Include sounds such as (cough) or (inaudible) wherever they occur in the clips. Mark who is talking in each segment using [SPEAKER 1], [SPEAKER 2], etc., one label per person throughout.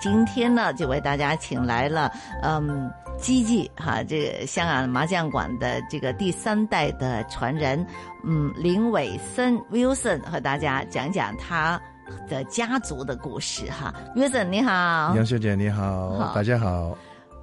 [SPEAKER 1] 今天呢，就为大家请来了，嗯，基记哈，这个香港麻将馆的这个第三代的传人，嗯，林伟森 Wilson 和大家讲讲他的家族的故事哈。Wilson 你好
[SPEAKER 2] 杨小姐你好，
[SPEAKER 1] 啊好
[SPEAKER 2] 大家好。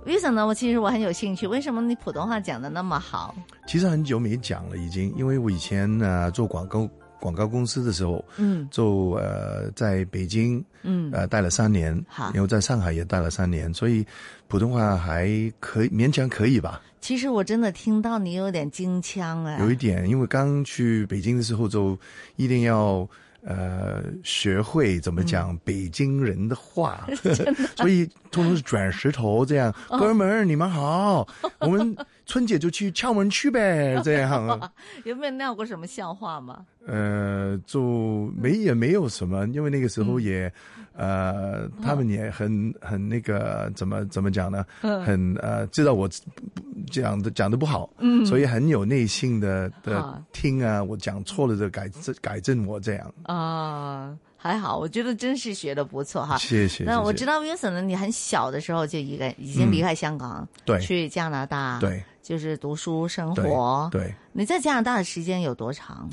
[SPEAKER 1] ，Wilson 呢，我其实我很有兴趣，为什么你普通话讲的那么好？
[SPEAKER 2] 其实很久没讲了，已经，因为我以前呃做广告广告公司的时候，
[SPEAKER 1] 嗯
[SPEAKER 2] 做呃在北京
[SPEAKER 1] 嗯
[SPEAKER 2] 呃待了三年，
[SPEAKER 1] 好
[SPEAKER 2] 然后在上海也待了三年，所以普通话还可以勉强可以吧，
[SPEAKER 1] 其实我真的听到你有点京腔哎，
[SPEAKER 2] 有一点，因为刚去北京的时候就一定要。呃，学会怎么讲北京人的话， (laughs) 所以通常是转石头这样。哥们儿，你们好，我们春节就去敲门去呗，这样。
[SPEAKER 1] 有没有闹过什么笑话吗？
[SPEAKER 2] 呃，就没也没有什么，因为那个时
[SPEAKER 1] 嗯
[SPEAKER 2] 候也，呃，他们也很很那个怎么怎么讲呢？
[SPEAKER 1] 嗯
[SPEAKER 2] 很呃，知道我不讲的讲的不好，嗯，所以很有耐心的
[SPEAKER 1] 好
[SPEAKER 2] 的听啊，我讲错了就改正改正我这样。
[SPEAKER 1] 啊，还好，我觉得真是学的不错哈。
[SPEAKER 2] 谢谢。
[SPEAKER 1] 那我
[SPEAKER 2] 谢谢嗯
[SPEAKER 1] 知道 Wilson 呢，你很小的时候就一个已经离开香港，
[SPEAKER 2] 对
[SPEAKER 1] 去加拿大，，
[SPEAKER 2] 对
[SPEAKER 1] 就是读书生
[SPEAKER 2] 对
[SPEAKER 1] 活。
[SPEAKER 2] 对，
[SPEAKER 1] 你在加拿大的时间有多长？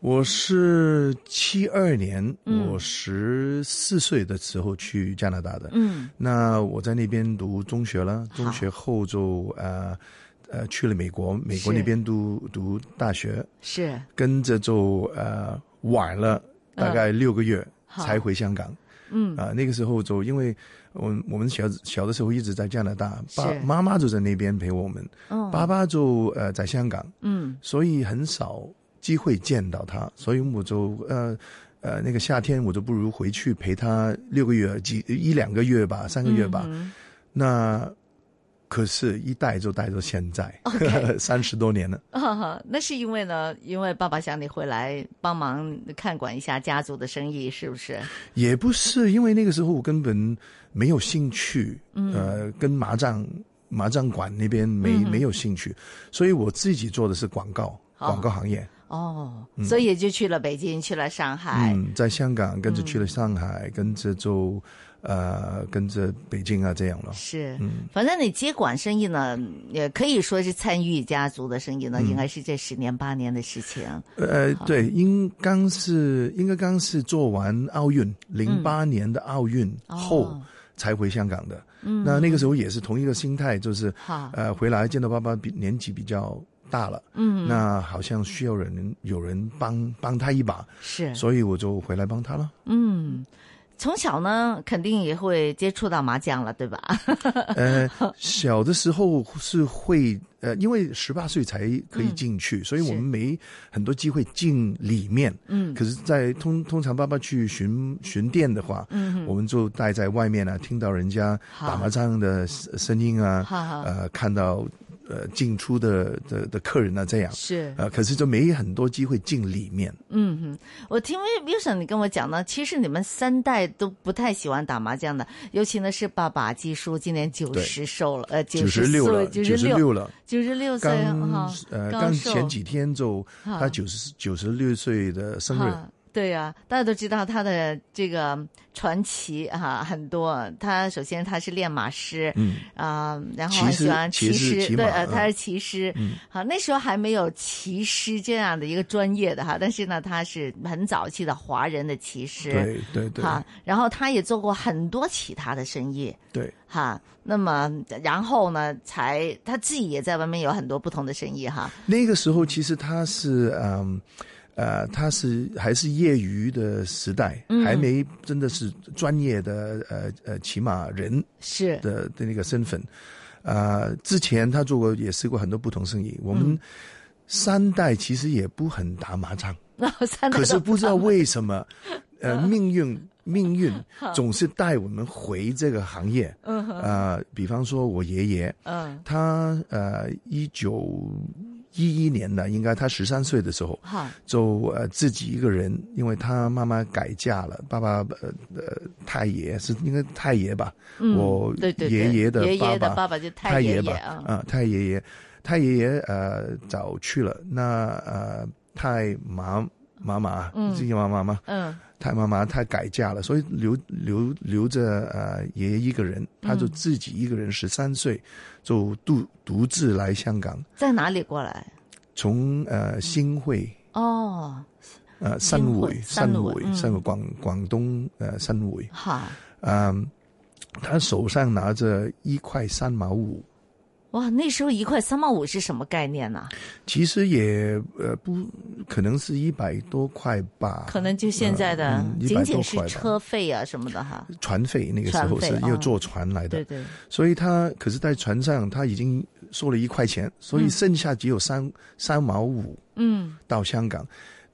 [SPEAKER 2] 我是七二年，
[SPEAKER 1] 嗯
[SPEAKER 2] 我十四岁的时候去加拿大的，
[SPEAKER 1] 嗯
[SPEAKER 2] 那我在那边读中学了，中学后就呃呃去了美国，美国
[SPEAKER 1] 是
[SPEAKER 2] 那边读读大学，
[SPEAKER 1] 是
[SPEAKER 2] 跟着就呃晚了大概六个月
[SPEAKER 1] 嗯好
[SPEAKER 2] 才回香港。
[SPEAKER 1] 嗯
[SPEAKER 2] 啊、那个时候就因为我们我们小小的时候一直在加拿大，爸
[SPEAKER 1] 是
[SPEAKER 2] 妈妈就在那边陪我们，
[SPEAKER 1] 嗯
[SPEAKER 2] 爸爸就呃在香港，
[SPEAKER 1] 嗯
[SPEAKER 2] 所以很少机会见到他，所以我就呃呃那个夏天我就不如回去陪他六个月几一两个月吧，三个月吧。
[SPEAKER 1] 嗯
[SPEAKER 2] 那可是，一待就待到现在
[SPEAKER 1] OK
[SPEAKER 2] (laughs) 三十多年了。
[SPEAKER 1] 哈哈，嗯 (laughs) 那是因为呢，因为爸爸想你回来帮忙看管一下家族的生意，是不是？
[SPEAKER 2] 也不是因为那个时候我根本没有兴趣，
[SPEAKER 1] 嗯
[SPEAKER 2] 呃，跟麻将麻将馆那边没、没有兴趣，所以我自己做的是广告，
[SPEAKER 1] 好
[SPEAKER 2] 广告行业。
[SPEAKER 1] 哦，所以就去了北京，去了上海。
[SPEAKER 2] 嗯，在香港，跟着去了上海，跟着就呃，跟着北京啊，这样了。
[SPEAKER 1] 是，
[SPEAKER 2] 嗯
[SPEAKER 1] 反正你接管生意呢，也可以说是参与家族的生意
[SPEAKER 2] 嗯
[SPEAKER 1] 呢，应该是这十年八年的事情。
[SPEAKER 2] 呃，对，应刚是应该刚是做完奥运，零八年的奥运后。
[SPEAKER 1] 哦
[SPEAKER 2] 才回香港的，嗯，那那个时候也是同一个心态，就是
[SPEAKER 1] 好
[SPEAKER 2] 呃，回来见到爸爸比年纪比较大了，嗯，那好像需要人有人帮帮他一把，
[SPEAKER 1] 是，
[SPEAKER 2] 所以我就回来帮他了。
[SPEAKER 1] 嗯，从小呢，肯定也会接触到麻将了，对
[SPEAKER 2] (laughs)
[SPEAKER 1] 吧？
[SPEAKER 2] 呃，小的时候是会呃，因为十八岁才可以进去，所以我们没很多机会进里面。
[SPEAKER 1] 嗯
[SPEAKER 2] 嗯可是在，通通常爸爸去巡巡店的话，
[SPEAKER 1] 嗯
[SPEAKER 2] 我们就待在外面啊，听到人家
[SPEAKER 1] 好
[SPEAKER 2] 打麻将的声声音啊，
[SPEAKER 1] 哈哈
[SPEAKER 2] 呃，看到呃进出的的的客人啊，这样。
[SPEAKER 1] 是，
[SPEAKER 2] 呃，可是就没很多机会进里面。
[SPEAKER 1] 嗯哼，我听 Wilson 你跟我讲呢，其实你们三代都不太喜欢打麻将的，尤其呢是爸爸季叔今年九十寿了，呃，
[SPEAKER 2] 九
[SPEAKER 1] 十
[SPEAKER 2] 六
[SPEAKER 1] 岁，
[SPEAKER 2] 了，
[SPEAKER 1] 九
[SPEAKER 2] 九十
[SPEAKER 1] 六，
[SPEAKER 2] 六了，
[SPEAKER 1] 九十六岁哈
[SPEAKER 2] 刚，呃
[SPEAKER 1] 高
[SPEAKER 2] 刚
[SPEAKER 1] 寿
[SPEAKER 2] 前几天就他九十九十六岁的生日，
[SPEAKER 1] 哈对呀、大家都知道他的这个传奇哈、很多。他首先他是练马师，
[SPEAKER 2] 嗯，
[SPEAKER 1] 啊、然后
[SPEAKER 2] 骑
[SPEAKER 1] 很
[SPEAKER 2] 师
[SPEAKER 1] 喜欢
[SPEAKER 2] 骑士
[SPEAKER 1] 师，
[SPEAKER 2] 骑
[SPEAKER 1] 对，
[SPEAKER 2] 马
[SPEAKER 1] 呃，
[SPEAKER 2] 嗯
[SPEAKER 1] 他是骑师。好、那时候还没有骑师这样的一个专业的哈，但是呢，他是很早期的华人的骑师，
[SPEAKER 2] 对对对，
[SPEAKER 1] 哈。然后他也做过很多其他的生意，
[SPEAKER 2] 对，
[SPEAKER 1] 哈。那么然后呢，才他自己也在外面有很多不同的生意哈。
[SPEAKER 2] 那个时候其实他是嗯。呃，他是还是业余的时代，还没真的是专业的呃呃骑马人
[SPEAKER 1] 是，
[SPEAKER 2] 的的那个身份。呃，之前他做过也试过很多不同生意。我们三代 (laughs) 其实也不很打麻将，
[SPEAKER 1] 然后三代
[SPEAKER 2] 可是
[SPEAKER 1] 都
[SPEAKER 2] (laughs) 不知道为什么，呃，命运命 (laughs) 运总是带我们回这个行业。嗯，呃，比方说我爷爷，
[SPEAKER 1] 嗯，
[SPEAKER 2] 他呃一九一一年呢，应该他十三岁的时候，
[SPEAKER 1] 好，
[SPEAKER 2] 就呃自己一个人，因为他妈妈改嫁了，爸爸呃呃太爷是应该太爷吧，
[SPEAKER 1] 嗯
[SPEAKER 2] 我
[SPEAKER 1] 对对对
[SPEAKER 2] 爷爷的
[SPEAKER 1] 爷
[SPEAKER 2] 爸
[SPEAKER 1] 爷的爸爸就太
[SPEAKER 2] 太
[SPEAKER 1] 爷
[SPEAKER 2] 吧
[SPEAKER 1] 爷啊
[SPEAKER 2] 啊太爷爷，太爷爷呃早去了，那呃太妈妈妈
[SPEAKER 1] 嗯
[SPEAKER 2] 自己妈妈嘛，
[SPEAKER 1] 嗯
[SPEAKER 2] 太妈妈太改嫁了，所以留留留着呃爷爷一个人，他就自己一个人十三岁就独独自来香港，
[SPEAKER 1] 在哪里过来？
[SPEAKER 2] 从呃新会。
[SPEAKER 1] 哦，
[SPEAKER 2] 呃，新會、
[SPEAKER 1] 新會
[SPEAKER 2] 新
[SPEAKER 1] 嗯
[SPEAKER 2] 會、新會廣廣東呃新會，
[SPEAKER 1] 好，
[SPEAKER 2] 嗯，他手上拿着一块三毛五，
[SPEAKER 1] 哇，那时候一块三毛五是什么概念呢、
[SPEAKER 2] 其实也呃不可能是一百多块吧，
[SPEAKER 1] 可能就现在的，
[SPEAKER 2] 嗯100
[SPEAKER 1] 仅仅是
[SPEAKER 2] 多块吧
[SPEAKER 1] 车费啊什么的哈。
[SPEAKER 2] 船费那个时候
[SPEAKER 1] 船
[SPEAKER 2] 是
[SPEAKER 1] 费
[SPEAKER 2] 要
[SPEAKER 1] 哦
[SPEAKER 2] 坐船来
[SPEAKER 1] 对
[SPEAKER 2] 的，
[SPEAKER 1] 对，
[SPEAKER 2] 所以他可是，在船上他已经收了一块钱，所以剩下只有三、三毛五
[SPEAKER 1] 嗯，
[SPEAKER 2] 到香港。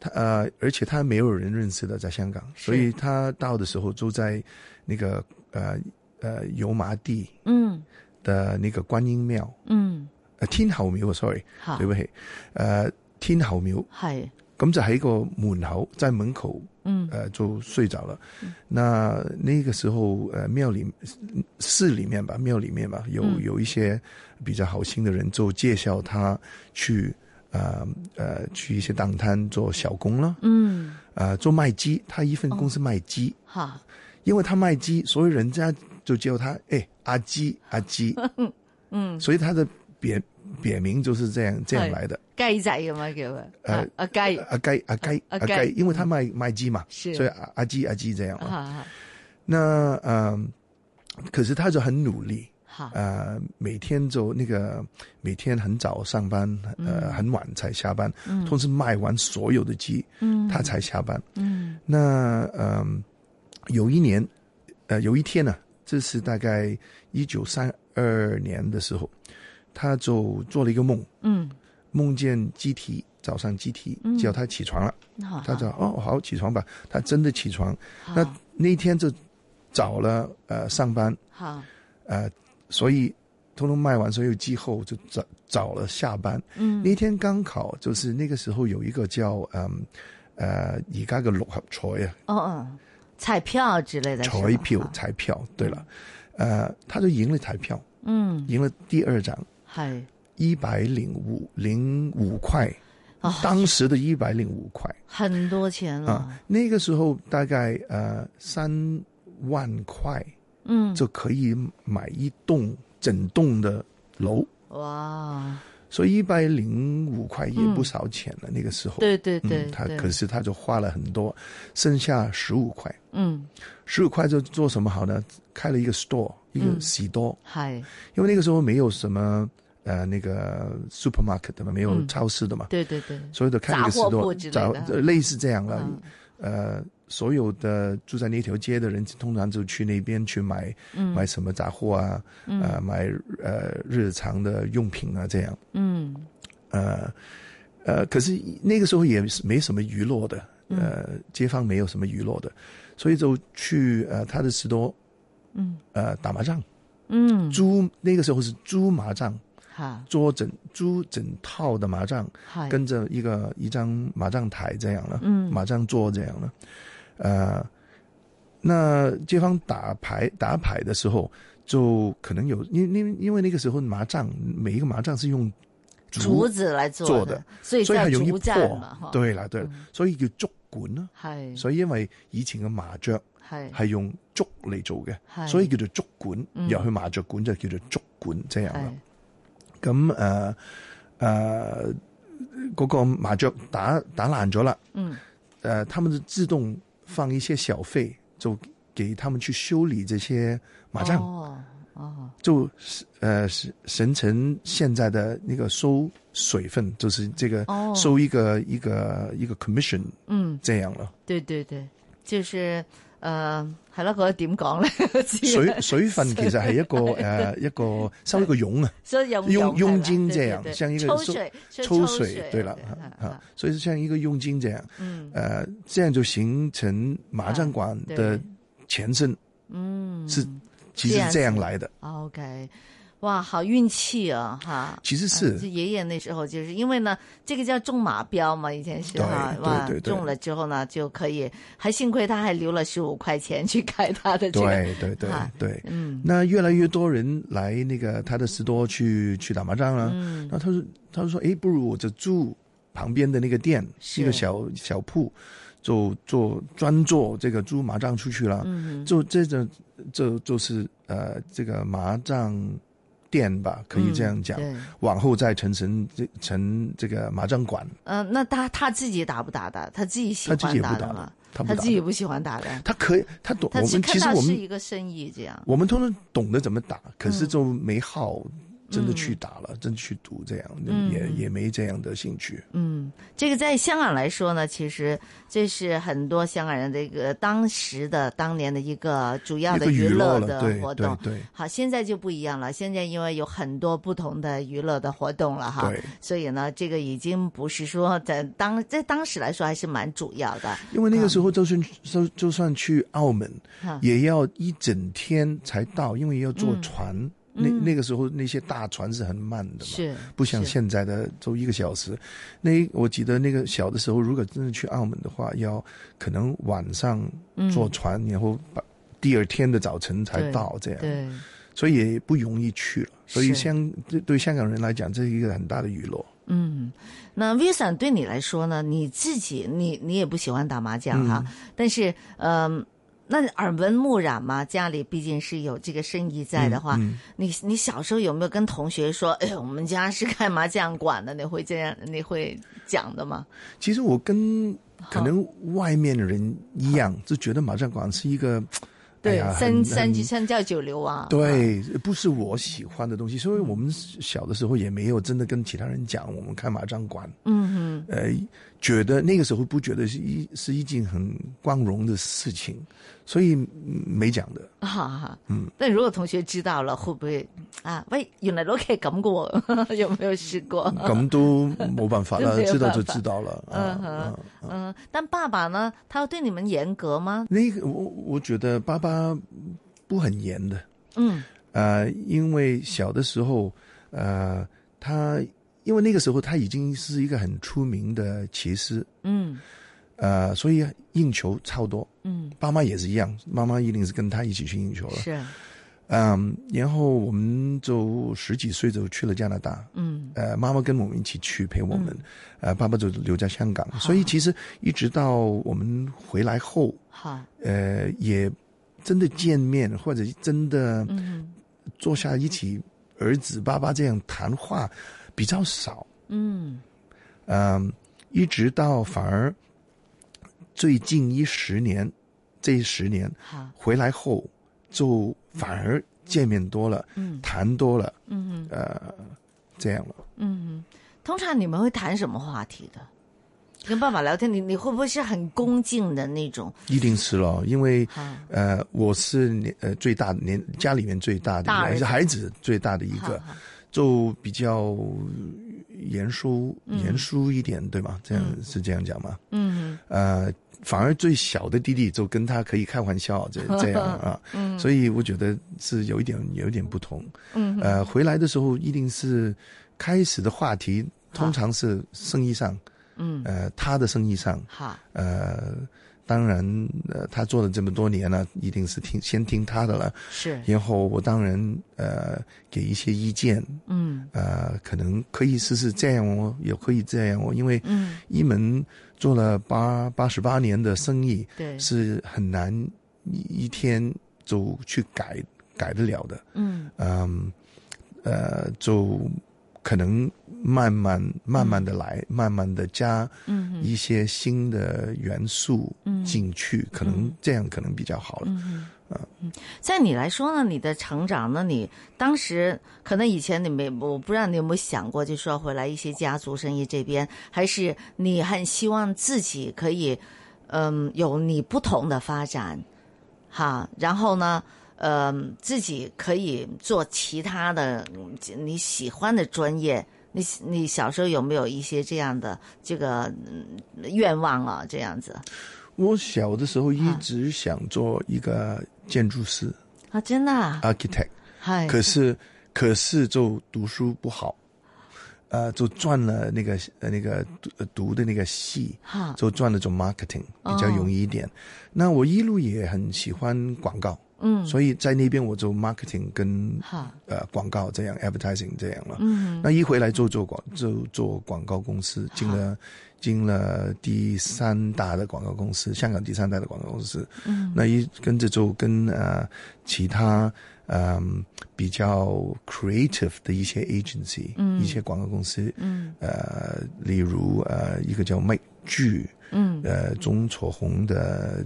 [SPEAKER 2] 他呃，而且他没有人认识的，在香港，所以他到的时候就在那个呃呃油麻地，
[SPEAKER 1] 嗯
[SPEAKER 2] 的那个观音庙，
[SPEAKER 1] 嗯，
[SPEAKER 2] 呃天后廟啊，sorry，
[SPEAKER 1] 好，
[SPEAKER 2] 對不起，誒天后廟，
[SPEAKER 1] 係，
[SPEAKER 2] 咁就喺個門口，在門口，
[SPEAKER 1] 嗯
[SPEAKER 2] 誒、就睡着了。那那個時候，呃，廟里市里面吧，廟里面吧，有有一些比較好心的人，就介紹他去，呃呃，去一些檔攤做小工啦，
[SPEAKER 1] 嗯，
[SPEAKER 2] 呃，做賣雞，他一份工是賣雞。
[SPEAKER 1] 好，
[SPEAKER 2] 因为他卖鸡，所以人家就叫 (laughs) 他哎阿鸡阿鸡， (laughs) 嗯，哎所以他的别别名就是这样这样来的。
[SPEAKER 1] 雞仔咁樣叫佢，
[SPEAKER 2] 呃
[SPEAKER 1] 啊啊雞，
[SPEAKER 2] 阿鸡阿鸡
[SPEAKER 1] 阿
[SPEAKER 2] 阿
[SPEAKER 1] 鸡
[SPEAKER 2] 鸡，因啊为他卖卖鸡嘛，
[SPEAKER 1] 是
[SPEAKER 2] 所以阿阿鸡阿鸡这样嘛。
[SPEAKER 1] 好
[SPEAKER 2] 那嗯、可是他就很努力，
[SPEAKER 1] 好好，
[SPEAKER 2] 呃，每天就那个每天很早上班，
[SPEAKER 1] 嗯
[SPEAKER 2] 呃，很晚才下班，同时卖完所有的鸡，
[SPEAKER 1] 嗯
[SPEAKER 2] 他才下班。
[SPEAKER 1] 嗯
[SPEAKER 2] 那嗯、有一年，呃，有一天呢、这是大概一九三二年的时候，他就做了一个梦，
[SPEAKER 1] 嗯，
[SPEAKER 2] 梦见鸡啼，早上鸡啼叫他起床了，
[SPEAKER 1] 好，
[SPEAKER 2] 他就哦好起床吧，他真的起床。
[SPEAKER 1] 好
[SPEAKER 2] 那那一天就早了呃上班，
[SPEAKER 1] 好，
[SPEAKER 2] 呃，所以通通卖完所有鸡后就早早了下班。
[SPEAKER 1] 嗯
[SPEAKER 2] 那天刚好就是那个时候有一个叫嗯诶而家嘅六合彩啊。
[SPEAKER 1] 哦哦，彩票啊之類的是嗎，
[SPEAKER 2] 彩票
[SPEAKER 1] 好
[SPEAKER 2] 彩票，对了，呃，他就赢了彩票，
[SPEAKER 1] 嗯，
[SPEAKER 2] 赢了第二张
[SPEAKER 1] 係，
[SPEAKER 2] 一百零五零五块，
[SPEAKER 1] 哦，嗯
[SPEAKER 2] 当时的一百零五块
[SPEAKER 1] 很多錢
[SPEAKER 2] 啊
[SPEAKER 1] 啦，，
[SPEAKER 2] 那个时候大概呃三万块
[SPEAKER 1] 嗯，
[SPEAKER 2] 就可以买一栋整栋的楼，
[SPEAKER 1] 哇，
[SPEAKER 2] 所以一百零五块也
[SPEAKER 1] 嗯
[SPEAKER 2] 不少钱了，那个时候。
[SPEAKER 1] 對對對，
[SPEAKER 2] 嗯，他
[SPEAKER 1] 對
[SPEAKER 2] 可是他就花了很多，剩下十五块，
[SPEAKER 1] 嗯
[SPEAKER 2] 十五块就做什么好呢？开了一个 store，一个
[SPEAKER 1] 嗯
[SPEAKER 2] 喜多，
[SPEAKER 1] 係，
[SPEAKER 2] 因为那个时候没有什么呃那个 supermarket 的嘛，没有
[SPEAKER 1] 嗯
[SPEAKER 2] 超市的嘛，
[SPEAKER 1] 對對對，
[SPEAKER 2] 所以就开了一个
[SPEAKER 1] 杂
[SPEAKER 2] 十
[SPEAKER 1] 货铺
[SPEAKER 2] 多
[SPEAKER 1] 之类
[SPEAKER 2] 找
[SPEAKER 1] 的
[SPEAKER 2] 呃类似这样了
[SPEAKER 1] 嗯。
[SPEAKER 2] 呃，所有的住在那条街的人，通常就去那边去买、
[SPEAKER 1] 嗯
[SPEAKER 2] 买什么杂货啊，呃，买呃日常的用品啊，这样。
[SPEAKER 1] 嗯
[SPEAKER 2] 呃呃，可是那个时候也是没什么娱乐的，
[SPEAKER 1] 嗯
[SPEAKER 2] 呃，街坊没有什么娱乐的，所以就去呃他的十多，
[SPEAKER 1] 嗯，
[SPEAKER 2] 呃打麻将，
[SPEAKER 1] 嗯，
[SPEAKER 2] 租那个时候是租麻将。
[SPEAKER 1] 好，
[SPEAKER 2] 做整租整套的麻将，
[SPEAKER 1] 係，
[SPEAKER 2] 跟着一个一张麻将台这样了，
[SPEAKER 1] 哎嗯
[SPEAKER 2] 麻将桌这样了，呃，那街坊打牌打牌的时候，就可能有因因因为那个时候麻将每一个麻将是用
[SPEAKER 1] 竹
[SPEAKER 2] 竹，
[SPEAKER 1] 子来做
[SPEAKER 2] 做
[SPEAKER 1] 的
[SPEAKER 2] 的，
[SPEAKER 1] 所以
[SPEAKER 2] 所以
[SPEAKER 1] 叫
[SPEAKER 2] 很容易
[SPEAKER 1] 竹篾嘛，嗯
[SPEAKER 2] 破
[SPEAKER 1] 哈，，
[SPEAKER 2] 对啦对啦，所以叫竹管啦。
[SPEAKER 1] 系
[SPEAKER 2] 所以因為以前嘅麻雀
[SPEAKER 1] 系
[SPEAKER 2] 係用竹嚟做
[SPEAKER 1] 係嗯
[SPEAKER 2] 嘅，所以叫做竹管，入去麻雀館就叫做竹管這樣啦
[SPEAKER 1] 系。
[SPEAKER 2] 咁誒誒嗰個麻雀打打爛咗啦，
[SPEAKER 1] 嗯
[SPEAKER 2] 誒他們就自動放一些小費，就給他們去修理這些麻將，
[SPEAKER 1] 哦哦
[SPEAKER 2] 就呃形形成現在的那個收水分，就是這
[SPEAKER 1] 哦
[SPEAKER 2] 個收一個、一個一個 commission
[SPEAKER 1] 嗯，
[SPEAKER 2] 這樣 (laughs) 咯。
[SPEAKER 1] 对對對，就是诶系咯，嗰個點講咧？
[SPEAKER 2] 水水分其實係一個誒、呃一 (laughs) 個收一個佣啊，
[SPEAKER 1] (laughs) 所以用
[SPEAKER 2] 佣佣金
[SPEAKER 1] 這
[SPEAKER 2] 這樣，像一個
[SPEAKER 1] 抽水
[SPEAKER 2] 抽
[SPEAKER 1] 水
[SPEAKER 2] 水，對了
[SPEAKER 1] 啊
[SPEAKER 2] 啊
[SPEAKER 1] 啊，
[SPEAKER 2] 所以像一個佣金這樣，
[SPEAKER 1] 嗯
[SPEAKER 2] 呃，這樣就形成麻將館
[SPEAKER 1] 對
[SPEAKER 2] 的前身
[SPEAKER 1] 嗯，
[SPEAKER 2] 是其实是这样来的。
[SPEAKER 1] OK，哇，好运气啊，哈！
[SPEAKER 2] 其实
[SPEAKER 1] 嗯就是爷爷那时候就是因为呢，这个叫中马标嘛，以前是
[SPEAKER 2] 对
[SPEAKER 1] 哈，
[SPEAKER 2] 对
[SPEAKER 1] 哇，
[SPEAKER 2] 对对
[SPEAKER 1] 中了之后呢就可以，还幸亏他还留了十五块钱去改他的这个，
[SPEAKER 2] 对对对
[SPEAKER 1] 啊
[SPEAKER 2] 对，
[SPEAKER 1] 嗯
[SPEAKER 2] 那越来越多人来那个他的士多去去打麻将啦、
[SPEAKER 1] 嗯
[SPEAKER 2] 那他说他就说，诶，不如我就住旁边的那个店，
[SPEAKER 1] 是
[SPEAKER 2] 一个小小铺，就做专做这个猪麻将出去了。
[SPEAKER 1] 嗯
[SPEAKER 2] 就这种，这就是呃，这个麻将店吧，可以这样讲。
[SPEAKER 1] 嗯对，
[SPEAKER 2] 往后再成成这成这个麻将馆，
[SPEAKER 1] 嗯，那他他自己打不打的？他自己喜
[SPEAKER 2] 他自己
[SPEAKER 1] 欢
[SPEAKER 2] 也不
[SPEAKER 1] 的
[SPEAKER 2] 打
[SPEAKER 1] 嘛
[SPEAKER 2] 的？，他不
[SPEAKER 1] 他
[SPEAKER 2] 打
[SPEAKER 1] 自己
[SPEAKER 2] 的，
[SPEAKER 1] 不喜欢打的，
[SPEAKER 2] 他可以，他懂。
[SPEAKER 1] 他
[SPEAKER 2] 我
[SPEAKER 1] 只
[SPEAKER 2] 们
[SPEAKER 1] 看
[SPEAKER 2] 其实
[SPEAKER 1] 到
[SPEAKER 2] 我
[SPEAKER 1] 是
[SPEAKER 2] 们
[SPEAKER 1] 一个生意这样。
[SPEAKER 2] 我们通常懂得怎么打，可是
[SPEAKER 1] 嗯
[SPEAKER 2] 就没好真的去打了，真去赌这样，
[SPEAKER 1] 嗯
[SPEAKER 2] 也也没这样的兴趣。
[SPEAKER 1] 嗯，这个在香港来说呢，其实这是很多香港人的一个当时的当年的一个主要
[SPEAKER 2] 一
[SPEAKER 1] 的
[SPEAKER 2] 个娱
[SPEAKER 1] 娱乐
[SPEAKER 2] 了，
[SPEAKER 1] 的
[SPEAKER 2] 对
[SPEAKER 1] 活
[SPEAKER 2] 对
[SPEAKER 1] 动。
[SPEAKER 2] 对
[SPEAKER 1] 好，现在就不一样了。现在因为有很多不同的娱乐的活动了哈，
[SPEAKER 2] 对，
[SPEAKER 1] 所以呢，这个已经不是说在当在当时来说还是蛮主要的。
[SPEAKER 2] 因为那个时
[SPEAKER 1] 啊
[SPEAKER 2] 候就算就就算去澳门，
[SPEAKER 1] 哈
[SPEAKER 2] 也要一整天才到，因为要坐船。那
[SPEAKER 1] 嗯
[SPEAKER 2] 那个时候那些大船是很慢的嘛，
[SPEAKER 1] 是
[SPEAKER 2] 不像
[SPEAKER 1] 是
[SPEAKER 2] 现在的都一个小时。那我记得那个小的时候，如果真的去澳门的话，要可能晚上坐船，然后把第二天的早晨才
[SPEAKER 1] 嗯对
[SPEAKER 2] 到这样。
[SPEAKER 1] 对。
[SPEAKER 2] 所以也不容易去了。所以
[SPEAKER 1] 是
[SPEAKER 2] 香对对香港人来讲，这是一个很大的娱乐。
[SPEAKER 1] 嗯，那 Wilson 对你来说呢？你自己，你你也不喜欢打麻将哈，但是，嗯、那耳闻目染嘛，家里毕竟是有这个生意在的话，
[SPEAKER 2] 嗯
[SPEAKER 1] 你你小时候有没有跟同学说，哎，我们家是开麻将馆的？你会这样，你会讲的吗？
[SPEAKER 2] 其实我跟可能外面的人一样，就觉得麻将馆是一个，哎呀
[SPEAKER 1] 三
[SPEAKER 2] 很
[SPEAKER 1] 三
[SPEAKER 2] 很
[SPEAKER 1] 级三教九流啊，啊，
[SPEAKER 2] 对，不是我喜欢的东西，所以我们小的时候也没有真的跟其他人讲我们开麻将馆，
[SPEAKER 1] 嗯
[SPEAKER 2] 呃，觉得那个时候不觉得是一是一件很光荣的事情，所以嗯没讲
[SPEAKER 1] (laughs)
[SPEAKER 2] 的。
[SPEAKER 1] 哼，哈哈，嗯。但如果同学知道了，会不会啊？喂，原来都可以咁嘅喎， (laughs) 有没有试过？
[SPEAKER 2] 咁都冇办法啦
[SPEAKER 1] 真，係冇
[SPEAKER 2] 知道
[SPEAKER 1] 辦
[SPEAKER 2] 就
[SPEAKER 1] 法
[SPEAKER 2] 知道了。
[SPEAKER 1] 嗯
[SPEAKER 2] 啊
[SPEAKER 1] 哼
[SPEAKER 2] 啊，
[SPEAKER 1] 嗯，但爸爸呢？他要对你们严格吗？
[SPEAKER 2] 那个我我觉得爸爸不很严的，
[SPEAKER 1] 嗯
[SPEAKER 2] 呃，因为小的时候，呃，他因为那个时候他已经是一个很出名的棋师，
[SPEAKER 1] 嗯
[SPEAKER 2] 呃，所以应酬超多。
[SPEAKER 1] 嗯，
[SPEAKER 2] 爸妈也是一样，妈妈一定是跟他一起去应酬了。
[SPEAKER 1] 是，
[SPEAKER 2] 嗯，然后我们就十几岁就去了加拿大，
[SPEAKER 1] 嗯
[SPEAKER 2] 呃，妈妈跟我们一起去陪我们，呃，爸爸就留在香港。所以其实一直到我们回来后，
[SPEAKER 1] 好，
[SPEAKER 2] 呃，也真的见面，或者真的
[SPEAKER 1] 嗯
[SPEAKER 2] 坐下一起儿子爸爸这样谈话比较少，
[SPEAKER 1] 嗯
[SPEAKER 2] 嗯、一直到反而最近一十年，这十年
[SPEAKER 1] 好，
[SPEAKER 2] 回来后，就反而见面多了，
[SPEAKER 1] 嗯
[SPEAKER 2] 谈多了，
[SPEAKER 1] 嗯哼
[SPEAKER 2] 呃，这样了。
[SPEAKER 1] 嗯哼，通常你们会谈什么话题的？跟爸爸聊天，你你会不会是很恭敬的那种？
[SPEAKER 2] 一定是咯，因为
[SPEAKER 1] 哈，
[SPEAKER 2] 呃，我是年呃最大的年家里面最大的
[SPEAKER 1] 大儿
[SPEAKER 2] 一
[SPEAKER 1] 子
[SPEAKER 2] 个，孩子最大的一
[SPEAKER 1] 好
[SPEAKER 2] 个，
[SPEAKER 1] 好
[SPEAKER 2] 就比较严肃
[SPEAKER 1] 嗯
[SPEAKER 2] 严肃一点，对吗？这样、
[SPEAKER 1] 嗯
[SPEAKER 2] 是这样讲吗？
[SPEAKER 1] 嗯
[SPEAKER 2] 呃，反而最小的弟弟就跟他可以开玩笑，
[SPEAKER 1] (laughs)
[SPEAKER 2] 这这样啊，
[SPEAKER 1] 嗯
[SPEAKER 2] 所以我觉得是有一点有一点不同。
[SPEAKER 1] 嗯哼
[SPEAKER 2] 呃，回来的时候一定是开始的话题通常是生意上，
[SPEAKER 1] 嗯，
[SPEAKER 2] 呃，他的生意上，
[SPEAKER 1] 好，
[SPEAKER 2] 呃，当然，呃，他做了这么多年了，一定是听先听他的了。
[SPEAKER 1] 是，
[SPEAKER 2] 然后我当然呃给一些意见，
[SPEAKER 1] 嗯
[SPEAKER 2] 呃，可能可以试试这样哦，也可以这样哦，因为
[SPEAKER 1] 嗯，
[SPEAKER 2] 一门做了八八十八年的生意，
[SPEAKER 1] 对，
[SPEAKER 2] 是很难一一天就去改改得了的。
[SPEAKER 1] 嗯
[SPEAKER 2] 嗯，呃，就可能慢慢慢慢的来，慢慢的加
[SPEAKER 1] 嗯哼
[SPEAKER 2] 一些新的元素
[SPEAKER 1] 嗯
[SPEAKER 2] 进去，可能
[SPEAKER 1] 嗯
[SPEAKER 2] 这样可能比较好了。
[SPEAKER 1] 嗯嗯，在你来说呢，你的成长呢，你当时可能以前你没，我不知道你有没有想过，就说回来一些家族生意这边，还是你很希望自己可以，嗯，有你不同的发展，哈，然后呢，嗯，自己可以做其他的嗯你喜欢的专业。你你小时候有没有一些这样的这个嗯愿望啊？这样子，
[SPEAKER 2] 我小的时候一直想做一个建筑师
[SPEAKER 1] 啊，真的啊，
[SPEAKER 2] （architect），
[SPEAKER 1] 嗨，
[SPEAKER 2] 可是可是就读书不好，呃，就转了那个呃那个读呃读的那个系，
[SPEAKER 1] 哈，
[SPEAKER 2] 就转了种 marketing
[SPEAKER 1] 哦
[SPEAKER 2] 比较容易一点。那我一路也很喜欢广告，
[SPEAKER 1] 嗯，
[SPEAKER 2] 所以在那边我做 marketing 跟
[SPEAKER 1] 哈，
[SPEAKER 2] 呃广告这样 advertising 这样了。
[SPEAKER 1] 嗯，
[SPEAKER 2] 那一回来就做广就做广告公司，进了进了第三大的广告公司，香港第三大的广告公司。
[SPEAKER 1] 嗯，
[SPEAKER 2] 那一跟着就跟呃其他嗯、比较 creative 的一些 agency，
[SPEAKER 1] 嗯
[SPEAKER 2] 一些广告公司，
[SPEAKER 1] 嗯
[SPEAKER 2] 呃，例如呃一个叫 Mike 剧，
[SPEAKER 1] 嗯
[SPEAKER 2] 呃钟楚红的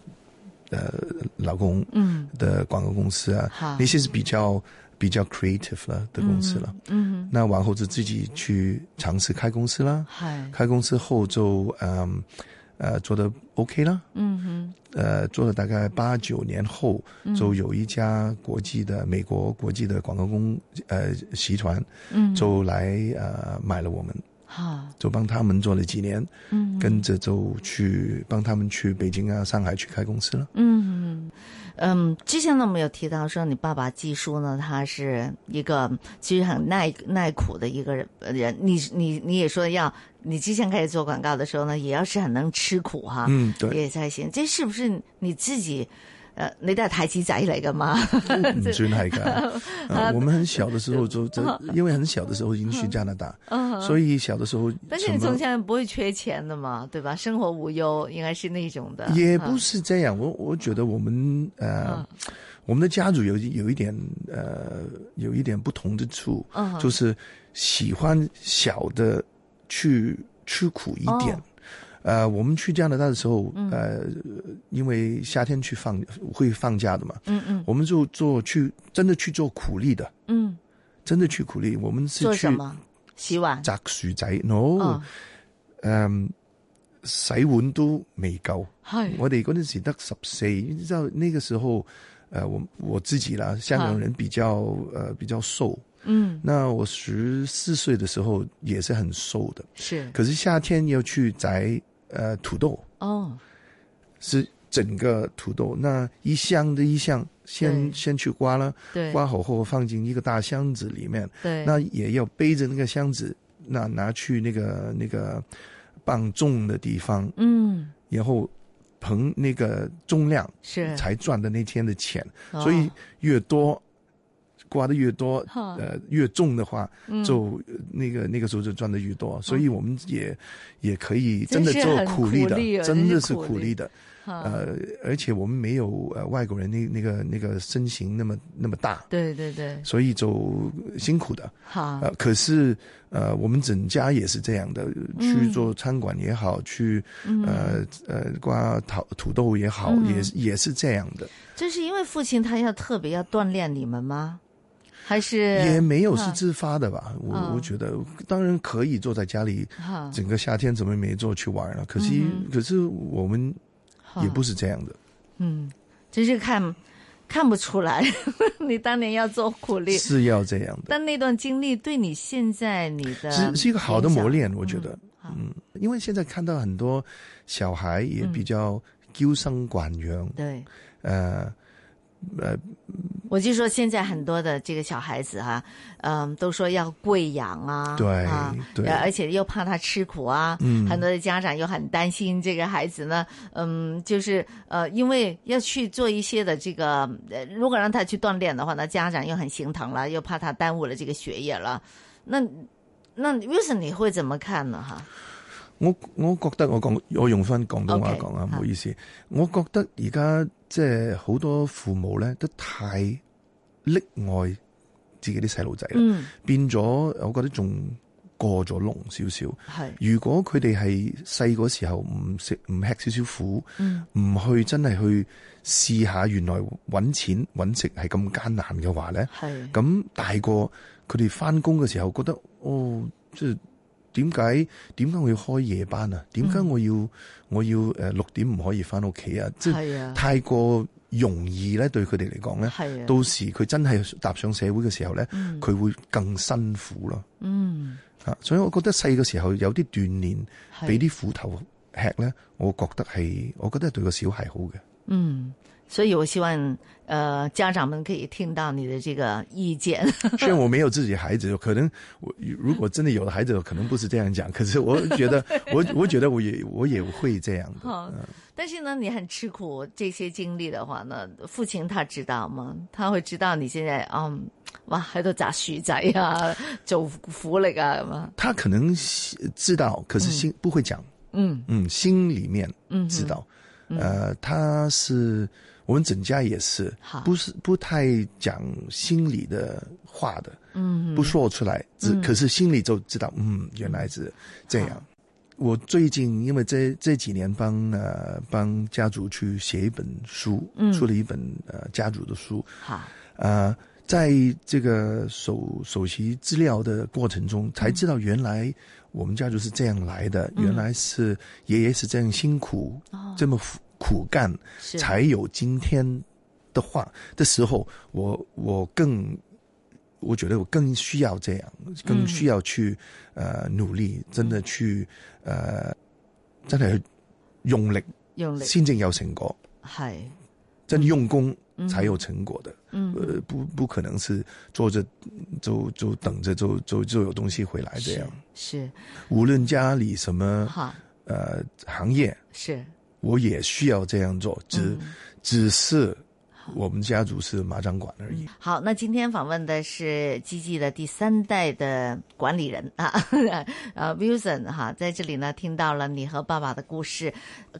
[SPEAKER 2] 呃老公
[SPEAKER 1] 嗯，
[SPEAKER 2] 的广告公司啊，
[SPEAKER 1] 好
[SPEAKER 2] 那，些是比较比较 creative 了的公司了。
[SPEAKER 1] 嗯，
[SPEAKER 2] 那往后就自己去尝试开公司啦，
[SPEAKER 1] 嗨，
[SPEAKER 2] 开公司后就嗯呃做的 OK 啦，
[SPEAKER 1] 嗯哼，嗯
[SPEAKER 2] 呃做了大概八九年后，就有一家国际的美国国际的广告公呃集团
[SPEAKER 1] 嗯，
[SPEAKER 2] 就来呃买了我们，
[SPEAKER 1] 哈，
[SPEAKER 2] 就帮他们做了几年，
[SPEAKER 1] 嗯，
[SPEAKER 2] 跟着就去帮他们去北京啊上海去开公司了。
[SPEAKER 1] 嗯嗯，之前呢，我们有提到说，你爸爸季叔呢，他是一个其实很耐耐苦的一个人。呃人你你你也说要，你之前开始做广告的时候呢，也要是很能吃苦哈，
[SPEAKER 2] 嗯，对，
[SPEAKER 1] 也才行。这是不是你自己？呃，你都係太子仔嚟噶
[SPEAKER 2] (laughs)
[SPEAKER 1] 嘛？
[SPEAKER 2] 唔算
[SPEAKER 1] (laughs)
[SPEAKER 2] 係㗎。啊我们很小的时候就在，
[SPEAKER 1] 嗯
[SPEAKER 2] 因为很小的时候已经去加拿大，所以小的时候
[SPEAKER 1] 但是
[SPEAKER 2] 什
[SPEAKER 1] 你从
[SPEAKER 2] 么
[SPEAKER 1] 前不会缺钱的嘛，对吧？生活无忧，应该是那种的。
[SPEAKER 2] 也不是这样。我我觉得我们
[SPEAKER 1] 嗯
[SPEAKER 2] 呃，我们的家族有一有一点呃，有一点不同之处，
[SPEAKER 1] 嗯
[SPEAKER 2] 就是喜欢小的去吃苦一点
[SPEAKER 1] 哦。嗯
[SPEAKER 2] 呃，我们去加拿大的时候，呃，因为夏天去放会放假的嘛，
[SPEAKER 1] 嗯嗯
[SPEAKER 2] 我们就做去真的去做苦力的，
[SPEAKER 1] 嗯，
[SPEAKER 2] 真的去苦力。我们是
[SPEAKER 1] 做
[SPEAKER 2] 去
[SPEAKER 1] 什么？洗碗。
[SPEAKER 2] 摘薯仔，no，
[SPEAKER 1] 嗯，
[SPEAKER 2] 嗯，洗碗都未夠。
[SPEAKER 1] 系
[SPEAKER 2] 我哋嗰陣時得十四，你知道那個時候，呃，我我自己啦，香港人比較呃比較瘦，
[SPEAKER 1] 嗯
[SPEAKER 2] 那我十四歲的時候也是很瘦的，
[SPEAKER 1] 是
[SPEAKER 2] 可是夏天要去摘呃土豆，
[SPEAKER 1] 哦
[SPEAKER 2] 是整個土豆，那一箱的一箱先
[SPEAKER 1] 對
[SPEAKER 2] 先去刮啦，
[SPEAKER 1] 对
[SPEAKER 2] 刮好后放進一個大箱子裡面，
[SPEAKER 1] 对
[SPEAKER 2] 那也要背着那個箱子，那拿去那個那個磅重的地方，
[SPEAKER 1] 嗯
[SPEAKER 2] 然后凭那个重量
[SPEAKER 1] 是
[SPEAKER 2] 才赚的那天的钱，
[SPEAKER 1] 嗯哦
[SPEAKER 2] 所以越多刮的越多，
[SPEAKER 1] 哈
[SPEAKER 2] 呃，越重的话，
[SPEAKER 1] 嗯哦
[SPEAKER 2] 就呃那个那个时候就赚的越多，所以我们也也可以
[SPEAKER 1] 真
[SPEAKER 2] 真的
[SPEAKER 1] 是
[SPEAKER 2] 做
[SPEAKER 1] 很苦
[SPEAKER 2] 力的
[SPEAKER 1] 力啊，
[SPEAKER 2] 真
[SPEAKER 1] 真
[SPEAKER 2] 的
[SPEAKER 1] 是
[SPEAKER 2] 是
[SPEAKER 1] 苦
[SPEAKER 2] 苦
[SPEAKER 1] 力嗯
[SPEAKER 2] 力的，
[SPEAKER 1] 哈
[SPEAKER 2] 呃，而且我们没有呃外国人那那个那个身形那么那么大，
[SPEAKER 1] 对对对，
[SPEAKER 2] 所以就辛苦的。
[SPEAKER 1] 好
[SPEAKER 2] 呃，可是呃，我们整家也是这样的，去做餐馆也好，去
[SPEAKER 1] 嗯
[SPEAKER 2] 呃呃刮土土豆也好，也是也是这样的，
[SPEAKER 1] 这是因为父亲他要特别要锻炼你们吗？还是
[SPEAKER 2] 也没有
[SPEAKER 1] 哈
[SPEAKER 2] 是自发的吧？我
[SPEAKER 1] 嗯
[SPEAKER 2] 我觉得当然可以坐在家里，
[SPEAKER 1] 哈
[SPEAKER 2] 整个夏天怎么没做去玩了？可惜
[SPEAKER 1] 嗯
[SPEAKER 2] 可是我们也不
[SPEAKER 1] 是
[SPEAKER 2] 是这样
[SPEAKER 1] (laughs)
[SPEAKER 2] 的，
[SPEAKER 1] 嗯，真是看看不出来， (laughs) 你当年要做苦力，
[SPEAKER 2] 是要这样的，
[SPEAKER 1] 但那段经历对你现在你的
[SPEAKER 2] 是是一个好的
[SPEAKER 1] 影
[SPEAKER 2] 磨
[SPEAKER 1] 响
[SPEAKER 2] 练，我觉得。
[SPEAKER 1] 啊好
[SPEAKER 2] 嗯，因为现在看到很多小孩也比
[SPEAKER 1] 嗯
[SPEAKER 2] 较娇生惯养，
[SPEAKER 1] 对。
[SPEAKER 2] 呃呃，
[SPEAKER 1] 我就说现在很多的这个小孩子哈、嗯，都说要贵养啊，
[SPEAKER 2] 对
[SPEAKER 1] 啊，
[SPEAKER 2] 对
[SPEAKER 1] 呃而且又怕他吃苦啊，
[SPEAKER 2] 嗯
[SPEAKER 1] 很多的家长又很担心这个孩子呢，嗯，就是呃，因为要去做一些的这个，呃，如果让他去锻炼的话，那家长又很心疼了，又怕他耽误了这个学业了，那那 Wilson 你会怎么看呢？哈，
[SPEAKER 2] 我我覺得我講我用翻廣東話
[SPEAKER 1] OK，
[SPEAKER 2] 講啊，唔
[SPEAKER 1] 嚇
[SPEAKER 2] 好意思。我覺得而家即係好多父母咧都太溺愛自己啲細路仔啦，
[SPEAKER 1] 嗯，
[SPEAKER 2] 變咗我覺得仲過咗龍少少。
[SPEAKER 1] 系，
[SPEAKER 2] 如果佢哋係細個時候唔食唔吃少少苦，
[SPEAKER 1] 嗯
[SPEAKER 2] 唔去真係去試下原來揾錢揾食係咁艱難嘅話咧，
[SPEAKER 1] 系，
[SPEAKER 2] 咁大個佢哋翻工嘅時候覺得，哦，即係點解點解我要開夜班啊？點
[SPEAKER 1] 嗯
[SPEAKER 2] 解我要、我要誒六點唔可以翻屋企啊？即係
[SPEAKER 1] 系啊，
[SPEAKER 2] 太過容易咧，對佢哋嚟講咧，
[SPEAKER 1] 系啊，
[SPEAKER 2] 到時佢真係踏上社會嘅時候咧，
[SPEAKER 1] 嗯
[SPEAKER 2] 佢、會更辛苦咯。
[SPEAKER 1] 嗯，
[SPEAKER 2] 啊，所以我覺得細嘅時候有啲鍛鍊，
[SPEAKER 1] 係
[SPEAKER 2] 俾啲苦頭吃咧，我覺得係，我覺得係對個小孩好嘅。
[SPEAKER 1] 嗯所以我希望呃家长们可以听到你的这个意见。 (laughs)
[SPEAKER 2] 虽然我没有自己孩子，可能我如果真的有了孩子，可能不是这样讲。可是我
[SPEAKER 1] (laughs)
[SPEAKER 2] 觉得，我我觉得我也我也会这样的。
[SPEAKER 1] 好，但是呢，你很吃苦，这些经历的话呢，父亲他知道吗？他会知道你现在嗯，哇喺度摘薯仔啊， (laughs) 做苦力啊咁啊，
[SPEAKER 2] 他可能心知道，可是心、不会讲。
[SPEAKER 1] 嗯
[SPEAKER 2] 嗯，心里面
[SPEAKER 1] 嗯哼
[SPEAKER 2] 知道。呃，他是我们整家也是
[SPEAKER 1] 好，
[SPEAKER 2] 不是不太讲心里的话的。
[SPEAKER 1] 嗯
[SPEAKER 2] 不说出来，只可是心里就知道，嗯，原来是这样。我最近因为这这几年帮呃帮家族去写一本书，
[SPEAKER 1] 嗯
[SPEAKER 2] 出了一本呃家族的书，
[SPEAKER 1] 好，
[SPEAKER 2] 呃，在这个搜搜集资料的过程中，才知道原来我们家族是这样来的，原来是爷爷是这样辛苦，
[SPEAKER 1] 嗯哦
[SPEAKER 2] 这么苦苦干，
[SPEAKER 1] 是
[SPEAKER 2] 才有今天的话的时候，我我更我觉得我更需要这样，更需要去、
[SPEAKER 1] 嗯
[SPEAKER 2] 呃努力，真的去呃真系用力，
[SPEAKER 1] 用力
[SPEAKER 2] 先正有成果，
[SPEAKER 1] 系
[SPEAKER 2] 真的用功才有成果的。
[SPEAKER 1] 嗯
[SPEAKER 2] 呃，不不可能是坐着就就等着就就就有东西回来这样。
[SPEAKER 1] 是
[SPEAKER 2] 无论家里什么
[SPEAKER 1] 好
[SPEAKER 2] 呃行业，
[SPEAKER 1] 是
[SPEAKER 2] 我也需要这样做，只、
[SPEAKER 1] 嗯
[SPEAKER 2] 只是我们家族是麻将馆而已。
[SPEAKER 1] 好，那今天访问的是基基的第三代的管理人 (laughs) 啊，呃，Wilson 哈，在这里呢听到了你和爸爸的故事，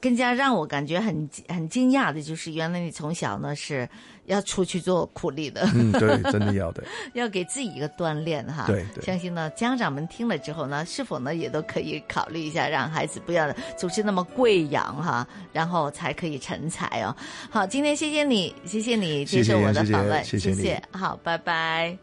[SPEAKER 1] 更加让我感觉很很惊讶的就是，原来你从小呢是要出去做苦力的，
[SPEAKER 2] 嗯，对，真的要的。
[SPEAKER 1] (laughs) 要给自己一个锻炼哈。
[SPEAKER 2] 对对
[SPEAKER 1] 相信呢家长们听了之后呢，是否呢也都可以考虑一下，让孩子不要总是那么贵养哈，然后才可以成才哦。好，今天谢谢你，谢谢你接
[SPEAKER 2] 谢谢
[SPEAKER 1] 受我的
[SPEAKER 2] 谢谢
[SPEAKER 1] 访问，
[SPEAKER 2] 谢谢你
[SPEAKER 1] 好，拜拜。